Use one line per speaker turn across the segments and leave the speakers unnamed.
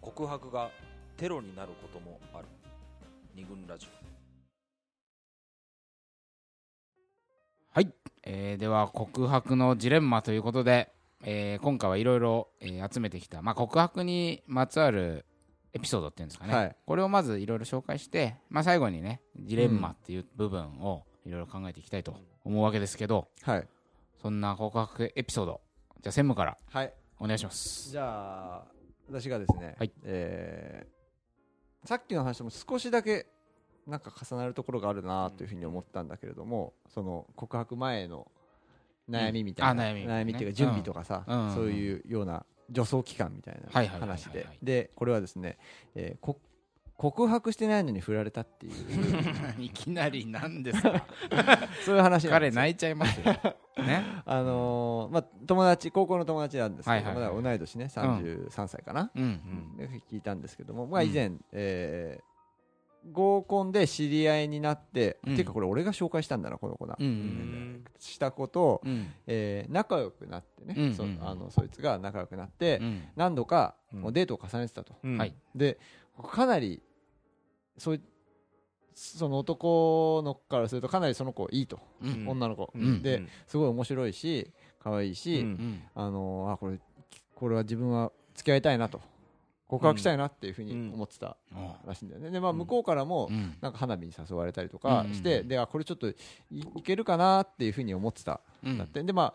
告白がテロになることもある二軍ラジオ
はい、えーでは告白のジレンマということで、えー今回はいろいろえー集めてきた、まあ、告白にまつわるエピソードっていうんですかね、
はい
これをまずいろいろ紹介して、まあ、最後にねジレンマっていう部分をいろいろ考えていきたいと思うわけですけど、
はい
そんな告白エピソードじゃあ専務から
はい
お願いします
じゃあ私がですね、
はい
えーさっきの話とも少しだけなんか重なるところがあるなというふうに思ったんだけれども、その告白前の悩みみたいな、
うんあ悩み
悩みっていうか準備とかさ、
うんうん
そういうような助走期間みたい
はい
な
はいはいはいはい
話ででこれはですね、えーこ告白してないのに振られた っていう
いきなりなんですか
そういう話なん
彼
ですよ
泣いちゃいますよ、ね、
あのーまあ、友達高校の友達なんですけど、
はいはいはい
まだ同い年ね33歳かな、
うん
で聞いたんですけども、まあ、以前、えー合コンで知り合いになって、
うん
ていうかこれ俺が紹介したんだなこの子だ、
うんうん
したことを、
うんうん
えー仲良くなってね、
うん
そ
うん
あのそいつが仲良くなって、
うん
何度か
うん
もうデートを重ねてたと、
うん
はい
でかなりそういその男の子からするとかなりその子いいと、
うん
女の子、
うん
で、すごい面白いし可愛いし、
うん
うん
あのあこれこれは自分は付き合いたいなと告白したいなっていうふうに
うん
思ってた
うん
らしいんだよね、でまあ
うん
向こうからも
うん
なんか花火に誘われたりとかして、
うん
であこれちょっといいけるかなっていうふうに思ってた
うん
んだって、でまあ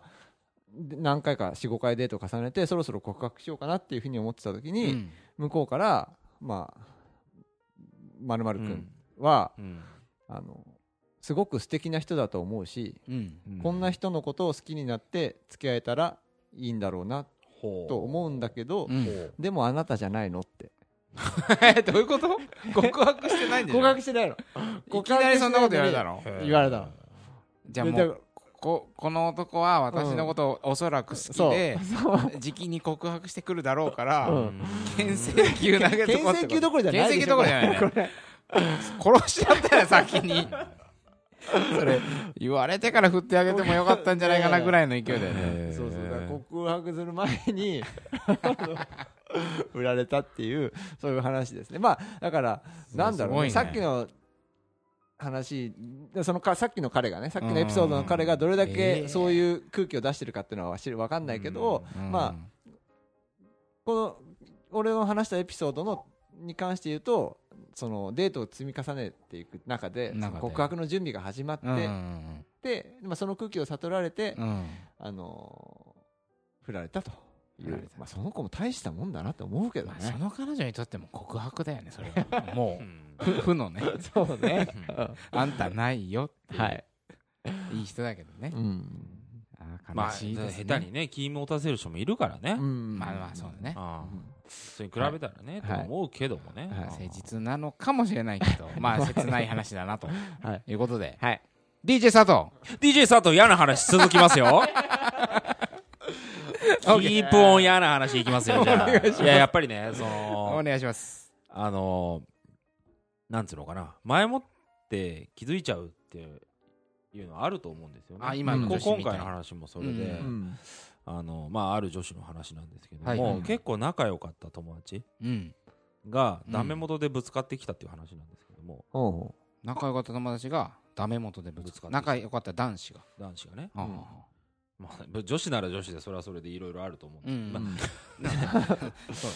で何回か45回デートを重ねてそろそろ告白しようかなっていうふうに思ってた時に、
うん
向こうからまあまるまるくんは、
うん
あのすごく素敵な人だと思うし、
うん
うん
こんな人のことを好きになって付き合えたらいいんだろうな
ほう
と思うんだけど、
うん
ほう
でもあなたじゃないのって
え どういうこと告白してないんでしょ
告白してないの
いきなりそんなこと言われた
の
の
言われたの
じゃあもうここの男は私のことをおそらく好きで時期に告白してくるだろうから、
うん
うん
牽制球投げとこうって
牽制球どころじゃない
牽
で
制球
し
ど
ょ
ころじゃない
これ
殺しちゃったよ先にそれ言われてから振ってあげてもよかったんじゃないかなぐらいの勢いだよね
へー
そうそうだから告白する前 にあの売られたっていうそういう話ですねまあだからなんだろうね
す
さ
ごいね
っきの話そのかさっきの彼がねさっきのエピソードの彼がどれだ
うんえ
け
ー
そういう空気を出してるかっていうのは知るわかんないけど、
うん
まあこの俺の話したエピソードのに関して言うとそのデートを積み重ねていく中で
中で
告白の準備が始まって、
うん
でまあ、その空気を悟られて、
うんうん
あのー振られたとい
振られ
う
た、
まあ、その子も大したもんだなと思うけど
ま
ね
あ、その彼女にとっても告白だよねそれはも
うん
うふ 負のね
そうね
あんたないよ
はい、
いい人だけどね
うん
あー
ま
悲
あ
しいですね、
下手にね気持たせる人もいるからね
うん
まあまあそうだね
あ
う
あ
ん
それに比べたらねと
はい
思うけどもね
はい
ああ
誠実なのかもしれないけどまあ切ない話だなと
はい
いうことで
はい
DJ 佐藤
DJ 佐藤嫌な話続き ますよキープオン嫌な話いきますよじゃあいややっぱりねそ
お
の
願いします
あのなんつうのかな前もって気づいちゃうっていうのはあると思うんですよね
あ今
の
こ
女
う
子みたい
今回の話もそれで、
う
うん
あのまあある女子の話なんですけども、
はいはい
結構仲良かった友達
うん
が
うん
ダメ元でぶつかってきたっていう話なんですけども、
おう
仲良かった友達がダメ元でぶつかっ
ぶつかってき
て
た
仲良かった男子が、
男子がね、
うん
まあ、女子なら女子でそれはそれでいろいろあると思うん
う
ですけど、
ん、そうだ
ま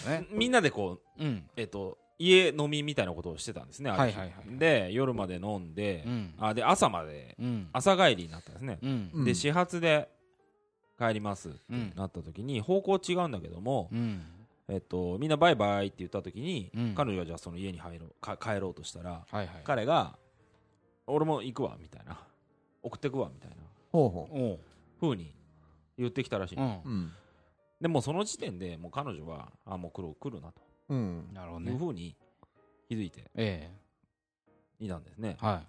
あ
ね
みんなでこう
うん
えっ、と家飲みみたいなことをしてたんですねある日
はいはいはいはい
で夜まで飲んで、
うん
あで朝まで
うん
朝帰りになったんですね、
うん
うん
で始発で帰りますって
うん
なった時に方向違うんだけども、
うん
えっと、みんなバイバイって言った時に、
うん
彼女がじゃあその家に入ろうか帰ろうとしたら
はいはい
彼が「俺も行くわ」みたいな「送ってくわ」みたいな
ほうほ
おう
風に言ってきたらしい、
うん
ううん
でもうその時点でもう彼女は「あもう来る来るな」と
うん
なるほど
いう
ね
風に気づいて
え
いたんですね
えは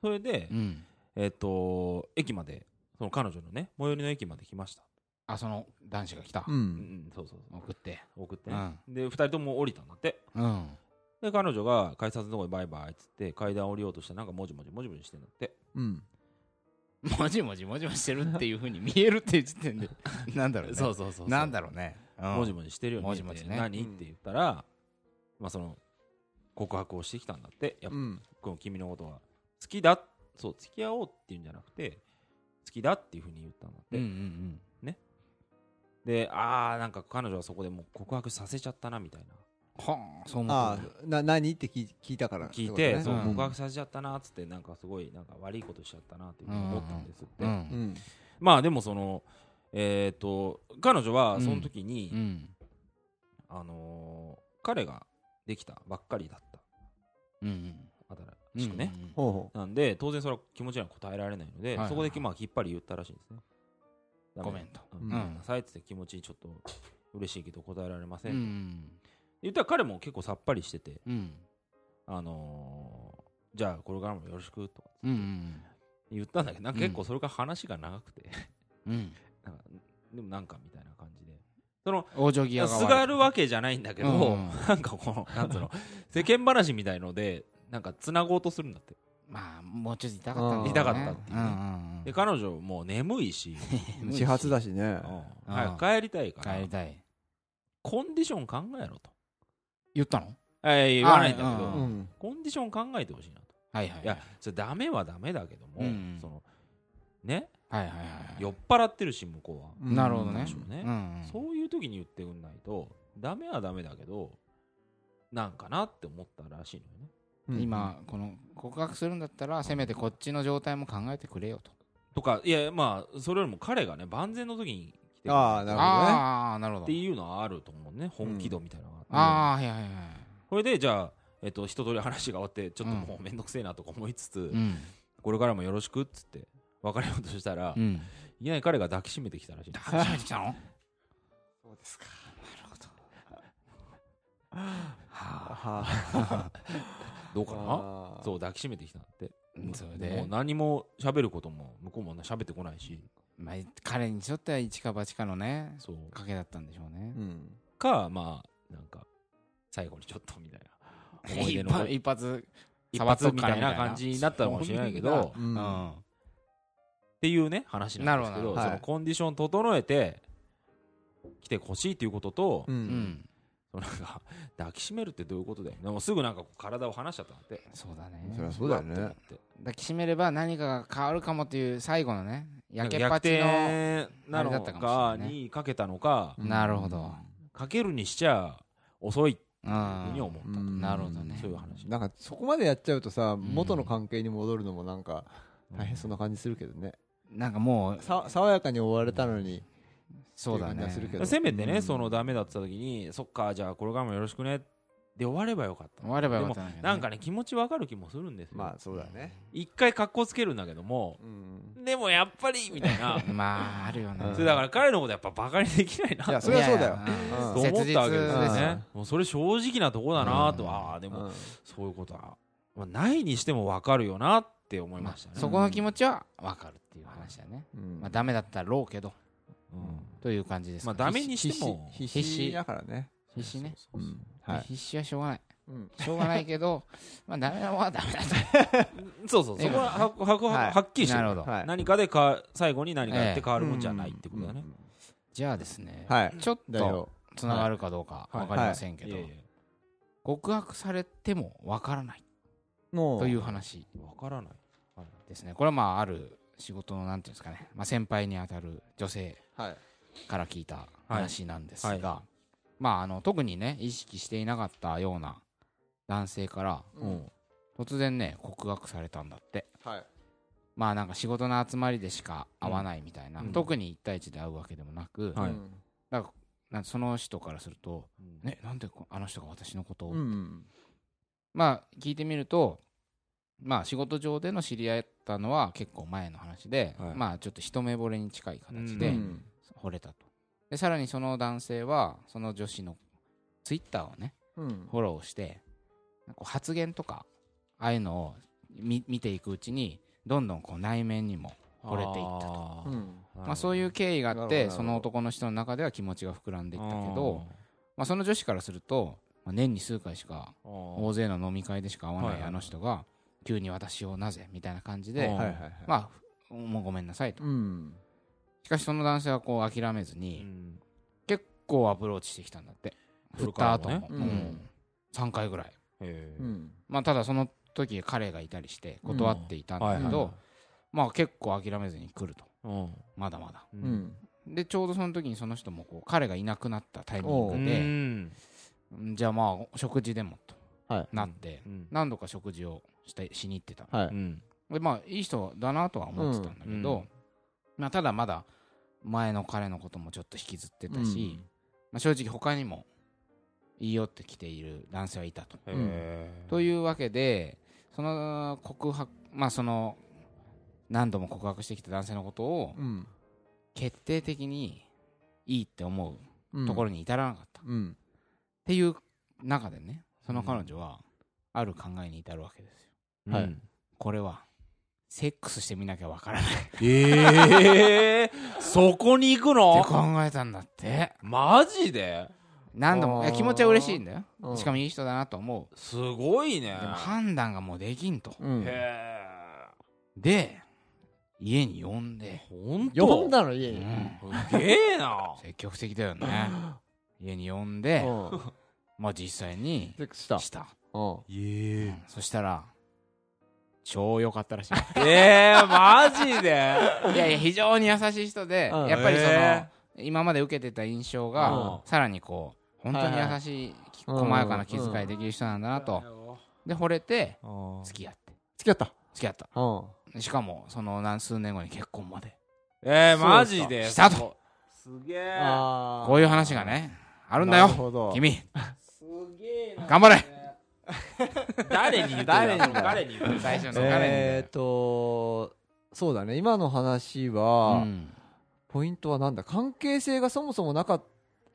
それで
い、うん
えっと駅までその彼女のね最寄りの駅まで来ました、
あその男子が来た、
う
う
ん
ん
うん、そうそうそ
送って
う送ってね、で2人とも降りたんだって
うん
で彼女が改札のとこにバイバイっつって階段降りようとしてなんかもじもじもじもじしてんだって
うん
もじもじもじもじしてるっていうふうに見えるっていう時点でなんだろうね
そうそ
なんだろうねうん
もじもじしてるよね
もじもじね
何って言ったらまあ、その告白をしてきたんだってやっぱ
うん
この君のことは好きだそう付き合おうっていうんじゃなくて好きだっていうふうに言ったんだって、
うんうん
でああなんか彼女はそこでもう告白させちゃったなみたい
うんはあそう思っ
あ
て
あな何って聞い聞いたから
な聞いて
って
そ
こ
う
うん
告白させちゃったなっつってなんかすごいなんか悪いことしちゃったなっていうふうに思ったんですって、
たう
とねうんん
まあでもそのえっ、と彼女はその時に、
うん
あのー彼ができたばっかりだった
うんうん
新しくね、
うん
ほうほ
なんで当然それは気持ちには応えられないので、
いはいはい
そこでまあきっぱり言ったらしいんですねダメ
ごめんと
う
うん
ごめんなさいって言って気持ちちょっと嬉しいけど答えられません
う
と、
ん
言ったら彼も結構さっぱりしてて
うん
あのーじゃあこれからもよろしくとか
うんうん
言ったんだけどなんか結構それから話が長くて、
うん
なんかでもなんかみたいな感じでその
往生際が悪い
すがるわけじゃないんだけど、
うん
なんかこのなんつうの 世間話みたいのでなんかつなごうとするんだって
まあもうちょっと痛かったんだろうね
うん痛かった
っていうね
んんうん
で彼女もう眠いし、
う自発だしね
うん早く帰りたいから
帰りたい
コンディション考えろと
言ったの
えー言わないんだけ
あ
ど、
ー
う
うん
コンディション考えてほしいなと
はいはい
いやそれダメはダメだけども、
うん
そのね
はいはいはい
酔っ払ってるし向こうは、
なるほ
な
ど
ん
ね
でしょうね
うんうん
そういう時に言ってくんないとダメはダメだけどなんかなって思ったらしいのよね
うん
今この告白するんだったらせめてこっちの状態も考えてくれよと
とかいやまあそれよりも彼がね万全の時に来てくれ
あーなるほどね
ああなるほ
っ
ど
ていうのはあると思うね本気度みたいなのがあって、
ああはいはいはい
これでじゃあ、えっと一通り話が終わってちょっともうめんどくせえなとか思いつつ、
うん
これからもよろしくっつって別れようとしたら、
うん
いきなり彼が抱きしめてきたらしいんです
抱きしめてきたのなる
そうですか
ほどはあ
は
どうかな
あ
そうう抱きしめてきたんだって
それ
も
で
う何も喋ることも向こうも喋ってこないし
まあ彼にとっては一か八かのね
そう
賭けだったんでしょうね
うん
かまあなんか最後にちょっとみたいな思い出
一
の
発一発
一発みたいな感じになったのかもしれないけど
そ
っ
うん
うん
ていうね話なんですけ
なる
ど
ほ
ど
そ
は
の
い
コンディション整えて来てほしいということと
う
うんん
そのなんか抱きしめるってどういうことだよでもすぐなんかこう体を離しちゃったんだって
そうだ
そりゃ
ね
そうだ
わ
よ
っ
ね
て思って
抱きしめれば何かが変わるかもっていう最後のねやけっぱ
逆
ちの
転なの
あれだったか
か
もしれないね
にかけたのか
うん
なるほど
かけるにしちゃ遅いって
う
いうふうに思
ん
ったと
うん
なるほどね
そういう話
なんかそこまでやっちゃうとさ
ん
元の関係に戻るのもなんか大変そうな感じするけどね
なんかもう
さ爽やかに終われたのに
そうだ
ってい
ね
う感じはするけど
せめてね、
うん
そのダメだって言った時にそっかじゃあこれからもよろしくねで終わればよかった
終わればよかっただけ
でも
どね
なんかね気持ちわかる気もするんですよ、
まあそうだね
一回格好つけるんだけども
うん
でもやっぱりみたいな
まああるよね
うん
それだから彼のことやっぱバカにできないない
やそれはそうだよ
いやいや
うん
と思ったわけです
切
よ
実ですよ
ねもうそれ正直なとこだなと、
うん
ああでも
うん
そういうことは、まあ、ないにしてもわかるよなって思い
ま
ま
あ
したね、
そこの気持ちは分かるっていう話だね
うん
まあダメだったろうけど
うん
という感じです
ま
か
あダメに
必
して
死
も
必
必
死
死
だからね
必死ね
そうそうそう
はい
必死はしょうがない
うん
しょうがないけ どまあダメなものはダメだと
そうそう、そこはははは
はい
はっきりして
な
る
るほど
はい
何かでか最後に何かやって変わるもんじゃないってことだね
う。ん
じゃあですね
はい
ちょっ
だ
と
よ
つながるかどうか
はい
分かりませんけ
い
ど
やいや
告白されても分からない
の
という話
わからない。
ですねこれはまあある仕事のなんていうんですかねまあ先輩にあたる女性
はい
から聞いた話なんです
はい
がまああの特にね意識していなかったような男性から
うん
突然ね告白されたんだって
はい
まあなんか仕事の集まりでしか会わないみたいな、
うん
特に1対1で会うわけでもなく、
はい
うん
なんかその人からすると、
うん
ね、なんでこあの人が私のことを、
うん
まあ聞いてみると、まあ仕事上での知り合ったのは結構前の話で、
はい
まあちょっと一目惚れに近い形
う
で
ん
惚れたと。で、さらにその男性は、その女子のツイッターをね、
うん
フォローして、なんか発言とか、ああいうのを見見ていくうちに、どんどんこう内面にも惚れていったと。
あー
うん
まあ、そういう経緯があっ
なるほ
て
ど
その男の人の中では気持ちが膨らんでいったけど、、
あ
まあ、その女子からすると、まあ、年に数回しか
ーあー
大勢の飲み会でしか会
は
わ
い
な
はい
い
はい
あの人が急に私をなぜみたいな感
う
じ
ん
で
はいはいはい
まあふもうごめんなさいと
うん
しかしその男性はこう諦めず
う
に
ん
結構アプローチしてきたんだって
そ
振っ
れ
た
からも
後
ね
も、う
う
んん3回ぐらい
へ
う
ー
ん
まあただその時彼がいたりして断っていたんだけど、まあ結構諦めずに来ると
うん
まだまだ
うん
うん
でちょうどその時にその人もこう彼がいなくなったタイミ
う
うん
ングで
ん
うんじゃあまあ食事でもと
はい
なって、
うん
何度か食事をしてしに行ってたの、
は
う
い
ん
でまあいい人だなとは思ってたんだけ
う
ど、
んうん
まあ、ただまだ前の彼のこともちょっと引きずってたし、まあ、正直他にも言い寄ってきている男性はいたと。
へー
というわけでその告白まあその何度も告白してきた男性のことを
うん
決定的にいいって思
う
うんところに至らなかった、っ
うん
ていう中でねその彼女はある考えに至るわけですよ。
うん
はい
これはセックスしてみなきゃわからないって
ええ そこに行くの
考えたんだって
マジで
何度もいや
あー
気持ちは嬉しいんだよ
うん
しかもいい人だなと思う
すごいね
でも判断がもうできんと
うん
へ
で家に呼んで
え、ほんと
呼んだの家
う
に
ん
すげえな
積極的だよね家に呼んで
うん
まあ実際に
セックスした
した
うん
え
うんそしたら超良かったらしい
えー、マジで
いやいや非常に優しい人で
うん
やっぱりその
へ
今まで受けてた印象
うん
がさらにこう本当に
はいは
優しいき細やかな気遣いできる人なんだなとで惚れて
うん
付き合って
付き合った
付き合った
うん
しかもその何数年後に結婚まで
えー、
そうですか
マジで
したと
すげえ
あ
こういう話がねあるんだよ
なるほど
君
すげえな
頑張 れ
誰に言ってる
誰に
誰に言ってる
最初の彼に
えーとそうだね今の話
う
は
ん
ポイントはなんだ関係性がそもそもなかっ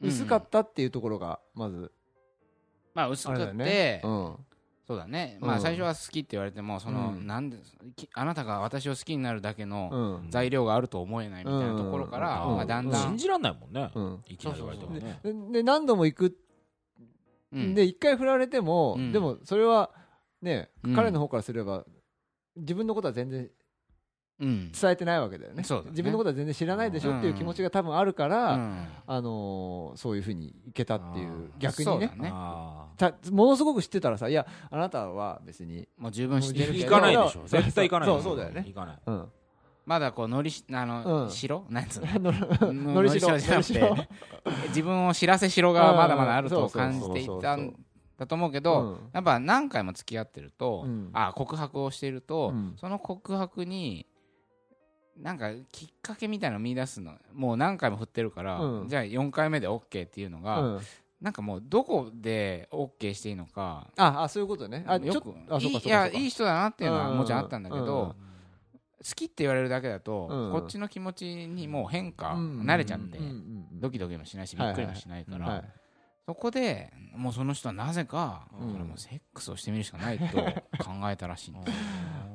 うん
薄かったっていうところがまず
まあ薄
あれ
く
だよ
っ
ね
て
うん
そうだね
うん
まあ最初は好きって言われてもその
うん
なんできあなたが私を好きになるだけ
う
の
ん
材料があると思えないみたいなところから
うん
まあだんだ
信
ん
じらんないもんね
うん
いきなり言われてもね
でで何度も行く
うん
で一回振られても
うん
でもそれはね
うん
彼の方からすれば自分のことは全然
うん
伝えてないわけだよね
そうだね
自分のことは全然知らないでしょっていう気持ちが多分あるか
う
ら
ん
あのーそういうふうにいけたってい
あ
う
ー
逆
そ
に
うだ
ね
ね
あー
たものすごく知ってたらさいやあなたは別に
もう十分してるけ
行
ど
かないでしょ
そう
絶対行かないでしょ
そうそうだよね
行かない
うん
まだこうのりしあ
う
の
ん
白なんつうの
の
のりしろじゃなく
のり
て自分を知らせしろがまだまだある
う
と
んそうそう
感
そう
じ
そう
ていたんだと思うけ
う
ど
ん
やっぱ何回も付き合ってると
うん
あ告白をしていると
うん
その告白になんかきっかけみたいなのを見出すのもう何回も振ってるから
うん
じゃあ4回目で OK っていうの
う
が
ん
なんかもうどこで OK していいのか
ああそういうことねあち
よ
ょっ
く
とあ
い
そう
いい
かそうか
や
そうか
いい人だなっていうのは
うん
もちろんあったんだけ
うん
ど好きって言われるだけだと
うん
こっちの気持ちにもう変化
うん
慣れちゃって
うんうんうん
ドキドキもしないしびっくりもしないから、
はい
そこでもうその人はなぜか、
うん
これもうセックスをしてみるしかないと 考えたらしいんで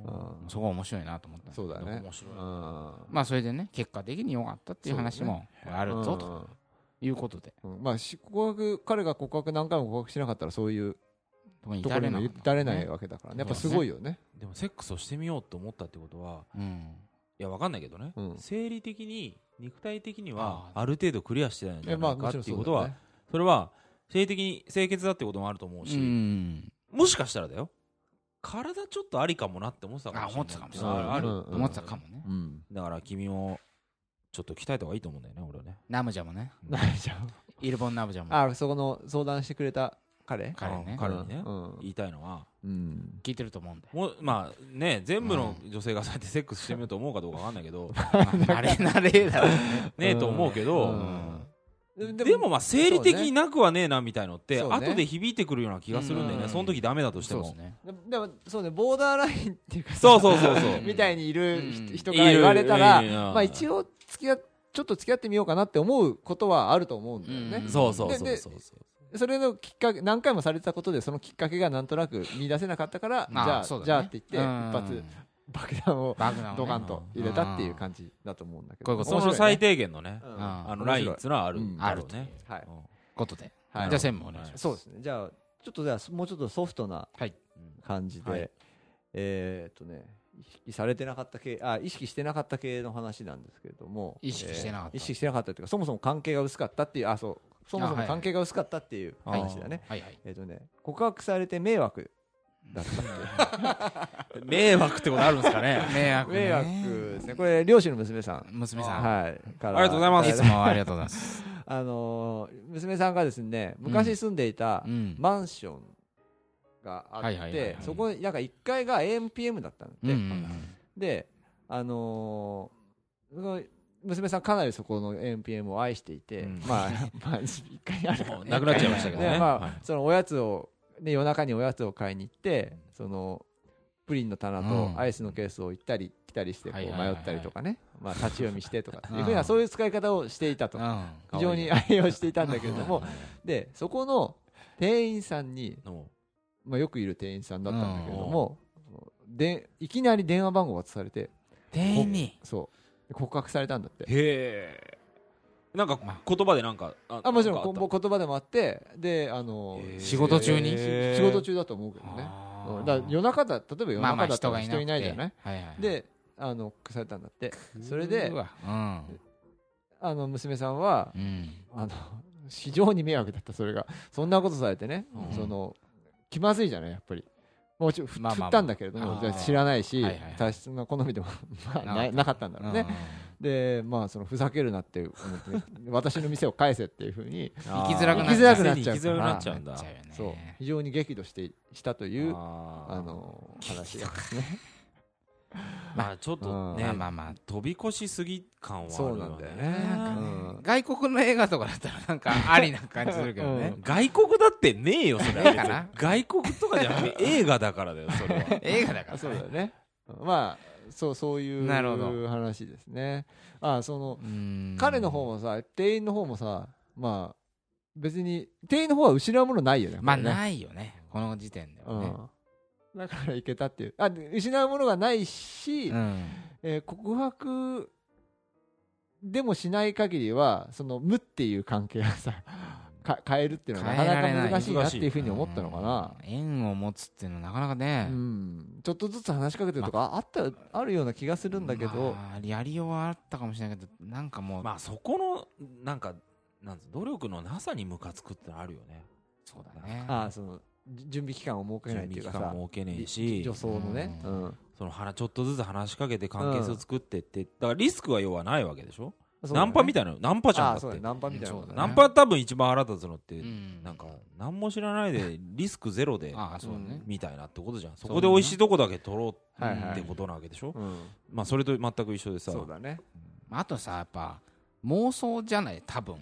うん
そこは面白いなと思ったんですけ
そ
ど
うだね
面白い
うん
まあそれでね結果的に良かったっていう話もあるぞということで、
うんまあし告白彼が告白何回も告白しなかったらそういう
とこに
と
至
ころ
れ
に
ない、
も至れないわけだからねやっぱすごいよね
でもセックスをしてみようと思ったってことは
うん、
いやわかんないけどね
うん
生理的に肉体的には
あー
ある程度クリアしてないんじ
え
ゃな
まあ
いか
も
って
ちろん
い
そうう
こと
だ
は
ね
それは性的に清潔だってこともあると思う
う
し
ん
もしかしたらだよ体ちょっとありかもなって思ってたか
あ
もしれない
思ってたかもし
し
れない、
うん
ある
うん
思ってたかもね、
うん
だから君もちょっと鍛えた方がいいと思うんだよね俺はね
ナムジャもね
ないじゃん
イルボンナムジャも
あそこの相談してくれた彼
彼ね
あ彼にね
うん
言いたいのは
うん
聞いてると 思うんで
もうまあね全部の女性がそうやってセックスしてみようと思うかどうかわかんないけど
まあ慣れ慣れだろうね
ねえと思うけど、
うん
でもまあ生理的
そうね
になくはねえなみたいのって、
そうね
後で響いてくるような気がするんだよね、
うん
その時ダメだとして
そう
も
ですね
でもでもそうねボーダーラインっていうかさ
そうそうそうそう
うん
みたいにいる
うん
人人から言われたら
いるいるいる
まあ一応付き合っちょっと付き合ってみようかなって思うことはあると思うんだよ
う
ね
ん
そうそうそう
で
そうそう
それのきっかけ何回もされてたことでそのきっかけがなんとなく見出せなかったからじ
ま
ゃあ
そうだね
じゃあって言って
うん
一発爆弾を
バグナーをね
ドカンと入れたっていう感じだと思うんだけど
こういうこ
そ
と
の
面白い
最
ね
低限のね、
うん
あ
あの
面
ラ
白い
インっつうのはある、
うん
だろうね
はい
うん
ことで、
はい
じゃあ専務お願いします
そうですねじゃあちょっとじゃあもうちょっとソフトな
はい
感じで、
はい
えーっとね意識されてなかった系あ意識してなかった系の話なんですけれども
意識してなかった
えー意識してなかったというかそもそも関係が薄かったっていうあそうそも
あ
そ
はいは
も
い
関係が薄かったっていう話だね。
はいはい
えっとね、告白されて迷惑だった
迷惑ってことあるんですかね
迷惑ね
迷惑ですね。これ、漁師の娘さん。
娘さん、
はい。から
ありがとうございます
いつもありがとうございます、
あのー娘さんがですね昔住んでいた
うん
マンションがあ
は
っ
いはいはいはい
てそこになんか1階が AMPM だったんだっ
うん
て、
うんうん
であのーその娘さんかなりそこの AMPM を愛していて、
うん
まあ まあ1階にあるから
もうなくなっちゃいましたけどね
でまあ
はい
そのおやつを、ね、夜中におやつを買いに行ってそのプリンの棚
う
と
ん
アイスのケースを行ったり来たりしてこ
は
う
い
迷
はいはいはい
ったりとかね、まあ、立ち読みしてとかっていうふう
う
なんそういう使い方をしていたと
うん
非常に愛用していたんだけれどもでそこの店員さんに、
の
まあ、よくいる店員さんだったんだけれどもでいきなり電話番号を渡されて
店員に
そうで告白されたんだって
へえなんか
ま
言葉でなんかあ
あもちろん
なかあっ
こん言葉でもあってであの
へー
仕事中に
へー
仕事中だと思うけどね
あ
う
ー
んだから夜中だ例えば夜
まあまあ
中だった
人
ら
がいなく
人
て
いないじゃない
はいはいはい
であの告白されたんだってそれで
うわうん
あの娘さんは
うん
あの非常に迷惑だったそれがそんなことされてね、
うん
その気まずいじゃないやっぱりもうちょふ振
まあまあまあ
ったんだけれども、
あー
じゃあ知らないし、
はいはいはい
体質の好みでも まあなな
な
かったんだろうね、でまあそのふざけるなって思って私の店を返せっていうふうに
たあー
行きづらくなっ
行き
ちゃう
づらくなっちゃう
行きづらくなっ
う
ち
ん
ゃ
なっちゃうよね
そう非常に激怒してしたというあ
あー
の話がですね
まあちょっとね
まあまあまあ
飛び越しすぎ感はある
そうなんだよねうん
外国の映画とかだったら なんかありな感じするけどね
う
外国だってねえよそれは
映画な
外国とかじゃなくて映画だからだよそ れは
映画だか
あ
ら
そうだよねまあそうそうい
なるほど
う話ですねあその
うん
彼の方もさ店員の方もさまあ別に店員の方は失うものないよね
まあ
やっぱりね
ないよねこの時点ではね
うん、だからいけたっていうあで失うものがないし、
うん
えー告白でもしない限りはその無っていう関係がさ か変えるっていうのはなかなか
変えられない
難しいなっていうふうに思ったのかな、
うん縁を持つっていうのはなかなかね
うんちょっとずつ話しかけてるとかあったあるような気がするんだけど、
まあやりようはあったかもしれないけどなんかもう
まあそこのなんかなんつう努力のなさにムカつくってのあるよね
そうだね
あーそのじ準備期間を設け
準
ないっ
備
てい
期
うか
間
さ
も設けねえ
じ
し
女装のね、
う
うん
その話ちょっとずつ話しかけて関係性を作ってって、だからリスクは要はないわけでしょ、ナンパみ
たい
たいなのナンパじゃんだ
あー
って
そうだねナンパみたいな
そうだね
ナンパ多分一番腹立つのって、
うん
なんか何も知らない でリスクゼロで
ああそうだね
みたいなってことじゃんそ
ね
こで美味しいとこだけ取ろう
はい
っ
は
て
い
ことなわけでしょ、
うん
まあそれと全く一緒でさ
そうだね
まああとさやっぱ妄想じゃない多分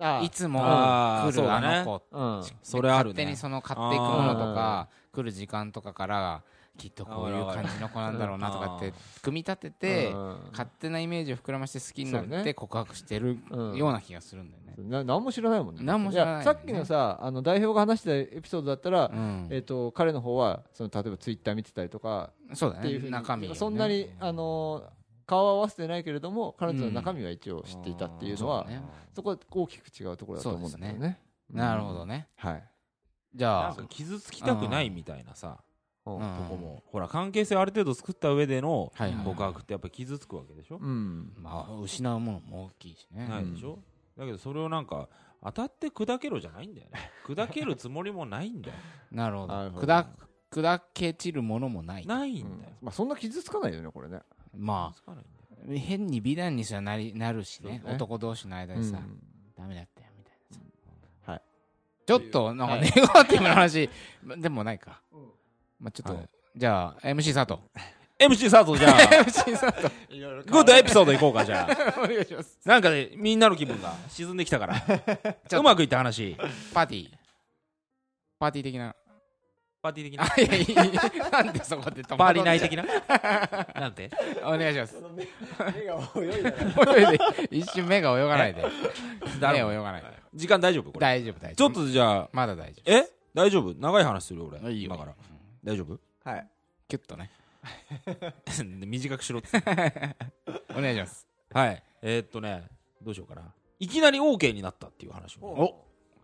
あ
いつも
あー
来
そう
る
だ
あ
ね
の子
うん
それある
勝手
ね
にその買っていくものとか来る時間とかからきっとこういう感じの子なんだろうなとかっ
う
て
ん
組み立てて
うん
勝手なイメージを膨らまして好きになっ
そう
て
ね
告白してる
うん
ような気がするんだよね。
な何も知らないもんね
何も知らないね
やさっきのさあの代表が話してたエピソードだったら、
うん
えっと彼の方はその例えばツイッター見てたりとか
そうだ
っていう
ね
ふうに
中身をね
そんなにあのー顔は合わせてないけれども彼女の中身は一応知っていたっていうのは、
そうだね
そこは大きく違うところだと思うんだけど
そう
ね
でなるほどね
はい、
じ
な
ゃ
ん
あ
か傷つきたくないみたいなさ
うん
うん
とこもほら関係性ある程度作った上での
はいはい
告白ってやっぱ傷つくわけでしょ、
うん
まあ失うものも大きいしね
ないでしょだけどそれをなんか当たって砕けろじゃないんだよね砕けるつもりもない んだよ
なるほど
なるほど
砕砕け散るものもない
ないん
うん
だよ、
まあ、そんな傷つかないよねこれね
ま
つかないんだよ
あ変に美談にすらなりなるしね
そうね
男同士の間でさ
うん
ダメだったよみたいなさ
はい
ちょっとなんか
は
ネ
い
ガティブな話 までもないかまあちょっ
は
と
い
じゃあ MC 佐藤
MC 佐藤じゃ あ
MC 佐藤
グッドエピソードいこうかじゃあ
お願いします
なんかね、みんなの気分が沈んできたから
と
うまくいった話
パーティーパーティー 的な
パーティー的な
あいやいやいやなんでそこで
パーティー内
内
的ななんて
お願いします
目が泳いだ
泳いで 一瞬目が泳がないで
だ
目
ろ
泳がないで
時間大丈夫これ
大丈夫大
ち
丈
ょっ
夫
とじゃあ
まだ大丈
え大丈夫長い話するよ
夫
俺今から大丈夫
はい
キュッとね
短くしろって
お願いします
はいえーっとねどうしようかないきなり OK になったっていう話をね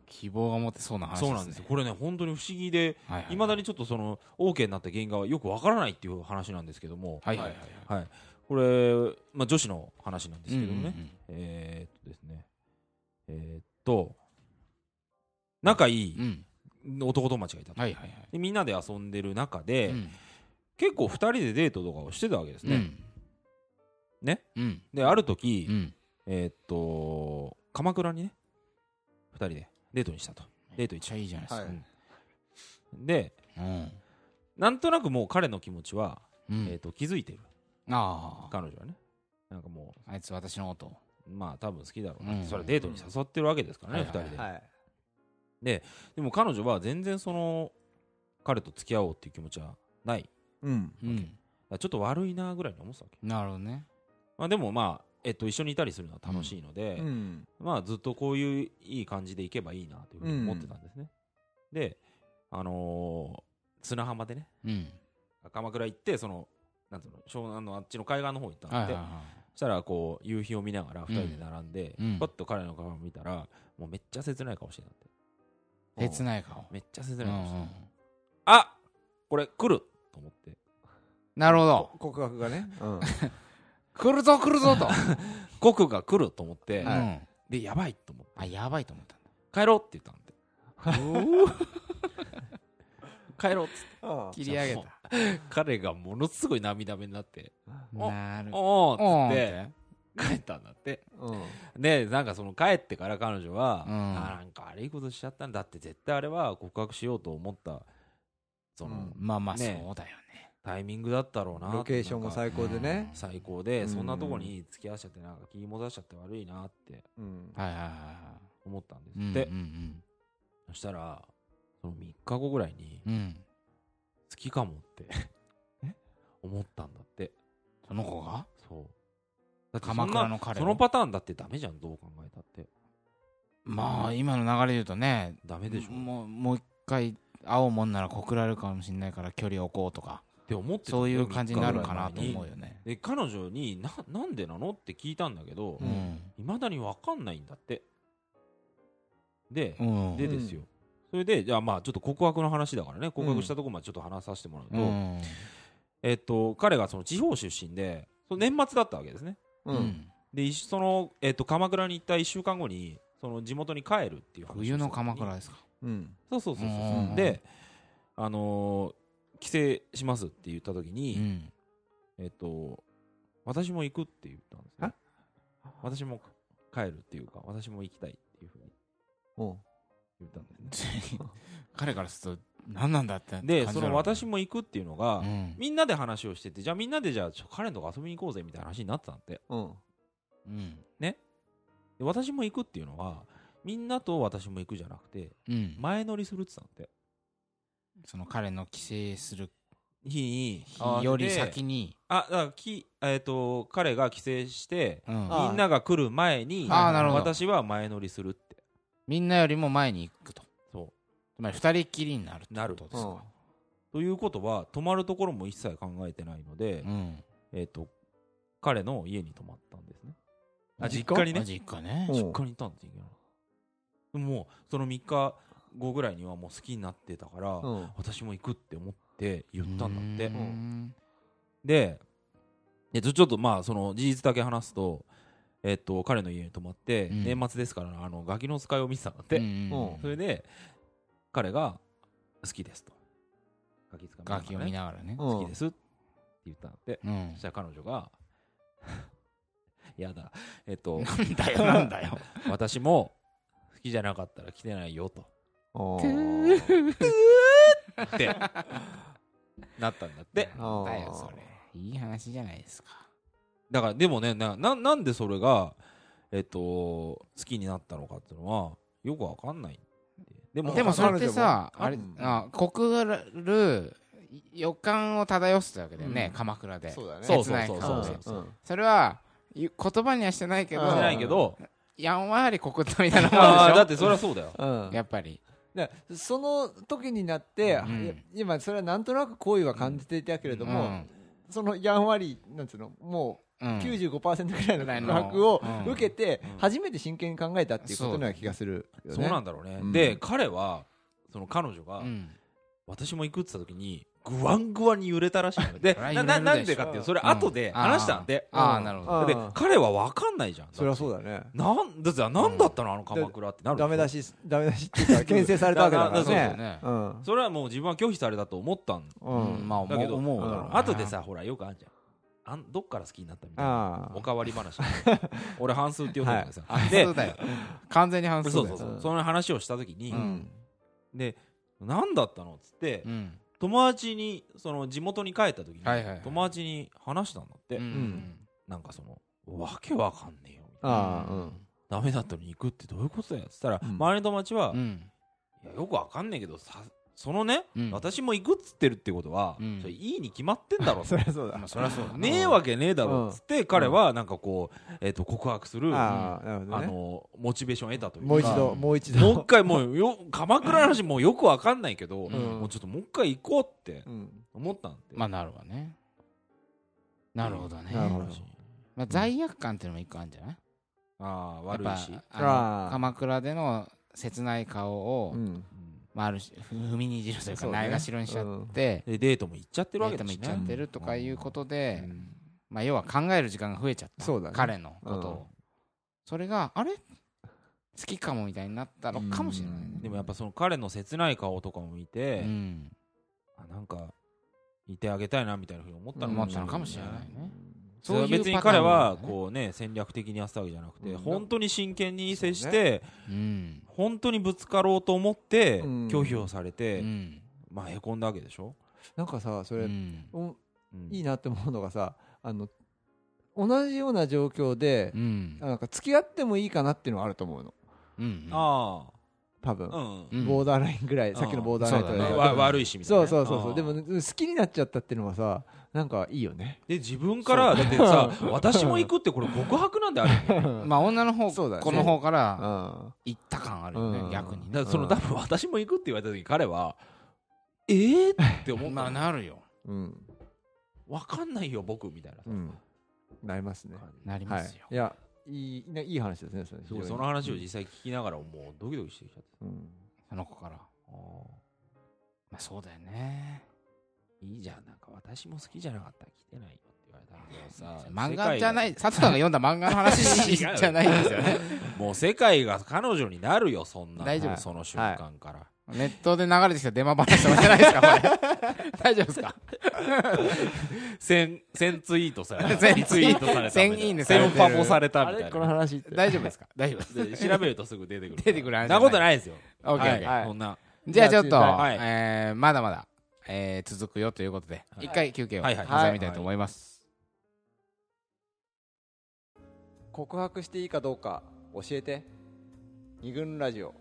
希望が持てそうな話
そうなんですよこれね本当に不思議で
はいはい
まだにちょっとその OK になった原因がよくわからないっていう話なんですけども
はいはいはい
はいこれまあ女子の話なんですけどもね
うんうんうん
えーっとですね。えーっと、仲いい
うん
男友達がいたと、
はいはいはい
でみんなで遊んでる中で、
うん
結構2人でデートとかをしてたわけですね、
うん
ね
うん
である時、
うん
えーっと鎌倉にね2人でデートにしたとデート
めっ
一
ちゃいいじゃないです
は
か
い
うんで
うん
なんとなくもう彼の気持ちは、
うん
えーっと気づいてる
ああ
彼女はねなんかも
あいつ私のこと
うまあ多分好きだろうなって、
うん
それはデートに誘ってるわけですからね、
うん
2人で、
はい
でも彼女は全然その彼と付き合おうっていう気持ちはない
うん
うん
ちょっと悪いなぐらいに思ってたわけ、
なるほどね
まあ、でもまあ、えっと、一緒にいたりするのは楽しいので、
うん
まあずっとこういういい感じでいけばいいなというふうに思ってたんですね。で、あのー砂浜でね、
うん
鎌倉行って、その、なんていうの、湘南のあっちの海岸の方行ったんで、
はいはいは
そしたらこう、夕日を見ながら二人で並んで、
うん
パッと彼の顔を見たら、もうめっちゃ切ない顔してたって。
い切
い。
ない顔
めっちゃ切
う
ない
んう
顔してた。
ん
あこれ来ると思って、
なるほど
こ告白がね うん
来るぞ来るぞと
国が来ると思っ
う
て、
ん
で、やばいと思って、
あやばいと思ったんだ
帰ろうって言ったんで。帰ろうっつって
ああ
切り上げた
彼がものすごい涙目になって、お
なるほど
おーっつっ
おー
て
んって
帰ったんだって
うん
でなんかその帰ってから彼女は、
うん
あなんか悪いことしちゃったんだって絶対あれは告白しようと思ったその、
うん
まあまあそうだ
ね
よね
タイミングだったろうな
ロケーションも
なんか
最高でね
最高で、
うん
そんなとこに付き合わせちゃってなんか気も出しちゃって悪いなって
うん
はいはいはいは
思ったんです
い
って、
うんうん
そしたらその3日後ぐらいに
うんうん
好きかもって 思ったんだって
その子が
そうだってそんな
鎌倉の彼を
そのパターンだってダメじゃんどう考えたって
まあ今の流れで言うとね
ダメでしょっ
もうもう一回会おうもんなら告られるかもしれないから距離を置こうとか
て思ってたんだよ
そういう感じになるかな
3
と
日ぐらい前
思うよね
で彼女にななんでなのって聞いたんだけど
う
うんん
いま、未だに分かんないんだってで、
うん
で
うん
ですよそれでじゃあまあちょっと告白の話だからね告白したとこまでちょっと話させてもらうと、
うん
えっと彼がその地方出身でその年末だったわけですね
うん
で一緒その、えっと鎌倉に行った1週間後にその地元に帰るっていう話をしてた時
冬
に
の鎌倉ですか
うん
そうそうそうそう
うん
そうであのー帰省しますって言った時に、
うん
えっと、私も行くって言ったんですね。私も帰るっていうか、私も行きたいっていうふうに
お
言ったんですね。
彼からすると何なんだって
で、その私
も
も行くっていうのが、
うん
みんなで話をしてて、じゃあみんなでじゃあちょ彼のとこ遊びに行こうぜみたいな話になってたんで
うん
うん
で私も行くっていうのは、みんなと私も行くじゃなくて、
うん
前乗りするって言ってたんで。
その彼の帰省する
日に
日より先
に。
に
あ、だからき、えっ、と、彼が帰省して、
うん
あ
みんなが来る前に、
あーなるほど
私は前乗りするって。
みんなよりも前に行くと
そう。
つまり二人きりになるって
な
こ
る
とですか
ということは泊まるところも一切考えてないので、
うん
えっ、と彼の家に泊まったんですねあ
実
実家にね
あ実家ね
うん
実家にいたんですよでももうその3日後ぐらいにはもう好きになってたから、
うん
私も行くって思って言ったんだって
うん
ででちょちょっとまあその事実だけ話すとえっ、と彼の家に泊まって、
うん
年末ですからあのガキの使いを見てたんだって、
うん
うん
それで彼が好きですとガキ使い
楽器を見
ね
ながらね
う
好
ん
きですって言ったんだって
うん
そしたら彼女が、 やだ、えっ と、
なんだよなんだよ
私も好きじゃなかったら来てないよと、
お
って、なったんだって。
なんだよそれいい話じゃないですか
だから、でもね、な、ななんでそれが、えっと、好きになったのかっていうのは、よくわかんないって。でも、
でもそれってさ
彼女も
あれ
うん
あ告る予感を漂ってたわけだよね
うん
鎌倉で
そうだね
切ない
そう
顔
そう
で
そうそう
それはゆ言葉にはしてないけど
うん
してないけど、
やんわり告ったみたいなもんでしょ
あーだってそれはそうだよ。
うん
やっぱり
だからその時になって、
うん
いや今それはなんとなく好意は感じていたけれども、
うん
そのやんわりなんつうのも
う
うん95%ぐらいの
ぐらい
告
の
白を
うん
受けて
うん
初めて真剣に考えたっていうことな気がするよね。
そうなんだろうね。
うん
で、彼は、その彼女が、
うん
私も行くって言った時に、ぐわんぐわんに揺れたらしいの よで
そりゃ
な
揺れ
な
るで
なんで
しょ
かっていうそれ後で話したんで、
うんあーあーなるほど
あー
で彼は分かんないじゃん
そりゃそうだね
なんだってなんだったのあの鎌倉ってなるでしょ
ダメ出しダメ出しってい うか牽制されたわけだか
だから
ら
そうだよね
ねうん
それはもう自分は拒否されたと思ったん
うん
うんまあ
だけど
思う
うん
だろうね
後でさほらよくあんじゃんあんどっから好きになったみたいな
あ
おかわり話 俺半数って呼んだんですよ
あ
で
そうだよ完全に反
そ
数
う
だ
そうそう
よ
うん
その話をした時に、
う
あ
ん
で何だったのっつって、
うん
友達にその地元に帰った時に、
はいはいはい
友達に話したんだって、
うんうん
なんかそのわけわかんねえよみたいな
あー
ダメだったのに行くってどういうことだよっつったら、
うん
周りの友達は、
う
い
ん
やよくわかんねえけどさそのね、
うん
私も行くっつってるってことは、
うん
それいいに決まってんだろ
うんそりゃそうだ
まあそりゃそうだな
ねえわけねえだろっつって、彼はなんかこう、えっと告白する、あ
ああなるほどね
のモチベーション得たというか
もう一度もう一
もう一
度
回もうよ鎌倉の話もうよくわかんないけど、
うん
もうちょっともう一回行こうって
うん
思ったんで、
まあなるわねなるほどね
なるほど
まあ罪悪感っていうのも一個あるんじゃない
ああ
やっ
悪い
ぱ
し、
あ
あ
の
ー
鎌倉での切ない顔を
うん
うん
まあある種踏みにじるというか
そうね
ないがしろにしちゃって
でデートも行っちゃってる
デ
わ
ー
け
ト
だ
も行
し
っちゃ
ね
ってるとかいうことで
うん
まあ、要は考える時間が増えちゃった
そうだね
彼のことを、
うん
それがあれ好きかもみたいになったのかもしれないね
うん
でもやっぱその彼の切ない顔とかも見
う
て、
ん、
あなんかいてあげたいなみたいなふうに思ったの
思
も
ったのかもしれないね、
それは別に
パター
彼
ンも
は
あるんだね
こうね戦略的にやってたわけじゃなくて、
うん
本当に真剣に接し
そう
て、
うん
本当にぶつかろうと思って
うん
拒否をされ
う
て、
ん
まあへこんだわけでしょ、
なんかさそうれ
ん
お
うん
いいなって思うのがさあの同じような状況で
う、ん
なんか付き合ってもいいかなっていうのはあると思うの
うん
あ
多分、
あうん、
うん
ボーダーラインぐらい、
ん
さっきのボーダーラインと
そうだ
か
ね
で
わ悪いしみたいな
そ
ね
うそう
あ
そうそう
あ
でも好きになっちゃったっていうのはさなんかいいよね
で自分からだってさ私も行くってこれ告白なんであるよね
まあ女の方、
そうだね
この方か
う
ら
ん
行った感あるよね、
うん
逆にね
だからその多分私も行くって言われた時彼はえー、って思った
まあ
の
なるよ
うん
わかんないよ僕みたいなさ、
うんなりますね
なり
は
ます
い
よ、
いやいいないい話ですねそれ
そう
非常に
その話を実際聞きながらもうドキドキしてきちゃって
うん
その子から
ああ
まあそうだよね
いいじゃんなんか私も好きじゃなかったら来てないよって言われたんだけどさ
漫画じゃないい佐藤さんが読んだ漫画の話じ
違う
ゃないんですよね
もう世界が彼女になるよそんな
大丈夫
その瞬間から、
ネットで流れてきたデマ話とかじゃないですか、こ れ。大丈夫ですか
千千ツイートさ れた
千
リツイートされた
千いいねされて
千
る
パボされた
あ
みた
れ
い
この
な
話って
大丈夫ですか大丈夫です。
で調べるとす ぐ出てくる
出てくる話
なことないですよ
OK、
はい
OK
そんな
じゃあちょっと、
はい
えーまだまだ、えー続くよということで、一回休憩を
はいはい
挟みたいと思います。
告白していいかどうか教えて二軍ラジオ